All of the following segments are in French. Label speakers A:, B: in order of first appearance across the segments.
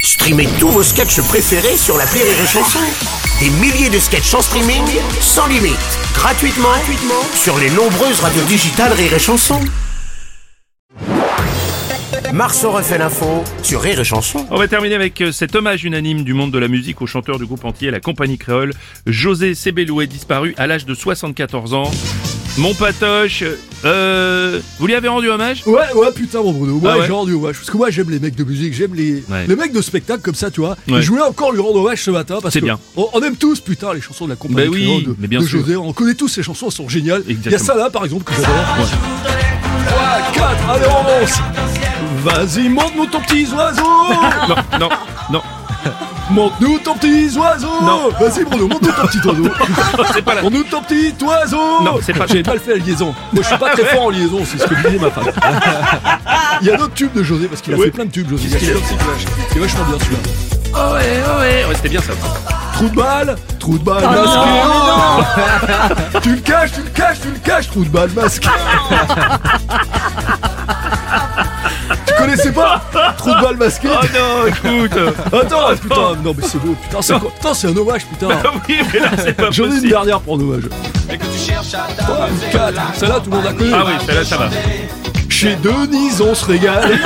A: Streamez tous vos sketchs préférés sur la Rire et Chanson. Des milliers de sketchs en streaming, sans limite, gratuitement, gratuitement sur les nombreuses radios digitales Rire et Chanson. Marceau refait l'info sur Rire et Chanson.
B: On va terminer avec euh, cet hommage unanime du monde de la musique au chanteur du groupe entier, la compagnie créole. José Sebelou est disparu à l'âge de 74 ans. Mon patoche, euh, vous lui avez rendu hommage
C: Ouais, ouais, putain, mon Bruno. Moi,
B: Ah ouais
C: j'ai rendu hommage. Parce que moi, j'aime les mecs de musique, j'aime les...
B: Ouais.
C: les mecs de spectacle comme ça, tu vois.
B: Ouais.
C: Et je voulais encore lui rendre hommage ce matin. parce
B: C'est
C: que
B: bien.
C: On, on aime tous, putain, les chansons de la compagnie
B: Bah oui,
C: créole de,
B: mais bien
C: de
B: sûr.
C: José. On connaît tous ces chansons, elles sont géniales. Il y a
B: Exactement.
C: ça là, par exemple, que j'adore. 3, 4, allez, on avance. Vas-y, monte-nous ton petit oiseau.
B: Non, non, non,
C: monte-nous ton petit oiseau.
B: Non.
C: Vas-y, Bruno, monte-nous ton petit oiseau.
B: c'est pas la...
C: monte-nous ton petit oiseau.
B: Non, c'est pas-
C: J'ai pas le fait à la liaison. Moi, je suis pas très fort en liaison, c'est ce que me disait ma femme. Il y a d'autres tubes de José, parce qu'il a
B: Oui.
C: fait plein de tubes, José. C'est vachement bien celui-là.
B: Oh ouais, oh ouais, ouais, c'était bien ça.
C: Trou de balle, trou de
B: Ah
C: balle masqué. tu le caches, tu le caches, tu le caches, trou de balle masqué.
B: Ah
C: tu connaissais pas Trou de balle masqué
B: Oh non, écoute
C: Attends, putain, non mais c'est beau, putain, c'est quoi Putain, c'est un hommage, putain.
B: Oui, mais là, c'est pas
C: J'en ai une
B: possible.
C: dernière pour un hommage. Trois, quatre, Celle-là, tout le monde a connu.
B: Ah oui, là, ça va.
C: Chez Denise, on se régale.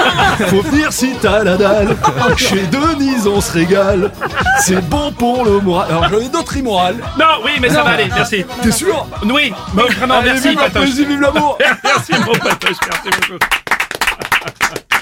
C: Faut venir si t'as la dalle. Chez Denise, on se régale. C'est bon pour le moral. Alors, j'en ai d'autres immorales.
B: Non, oui, mais ça va aller, merci.
C: T'es sûr
B: Oui, oui, vraiment,
C: Allez,
B: merci,
C: vive la
B: patoche.
C: poésie, vive l'amour
B: Merci, mon patoche, merci beaucoup.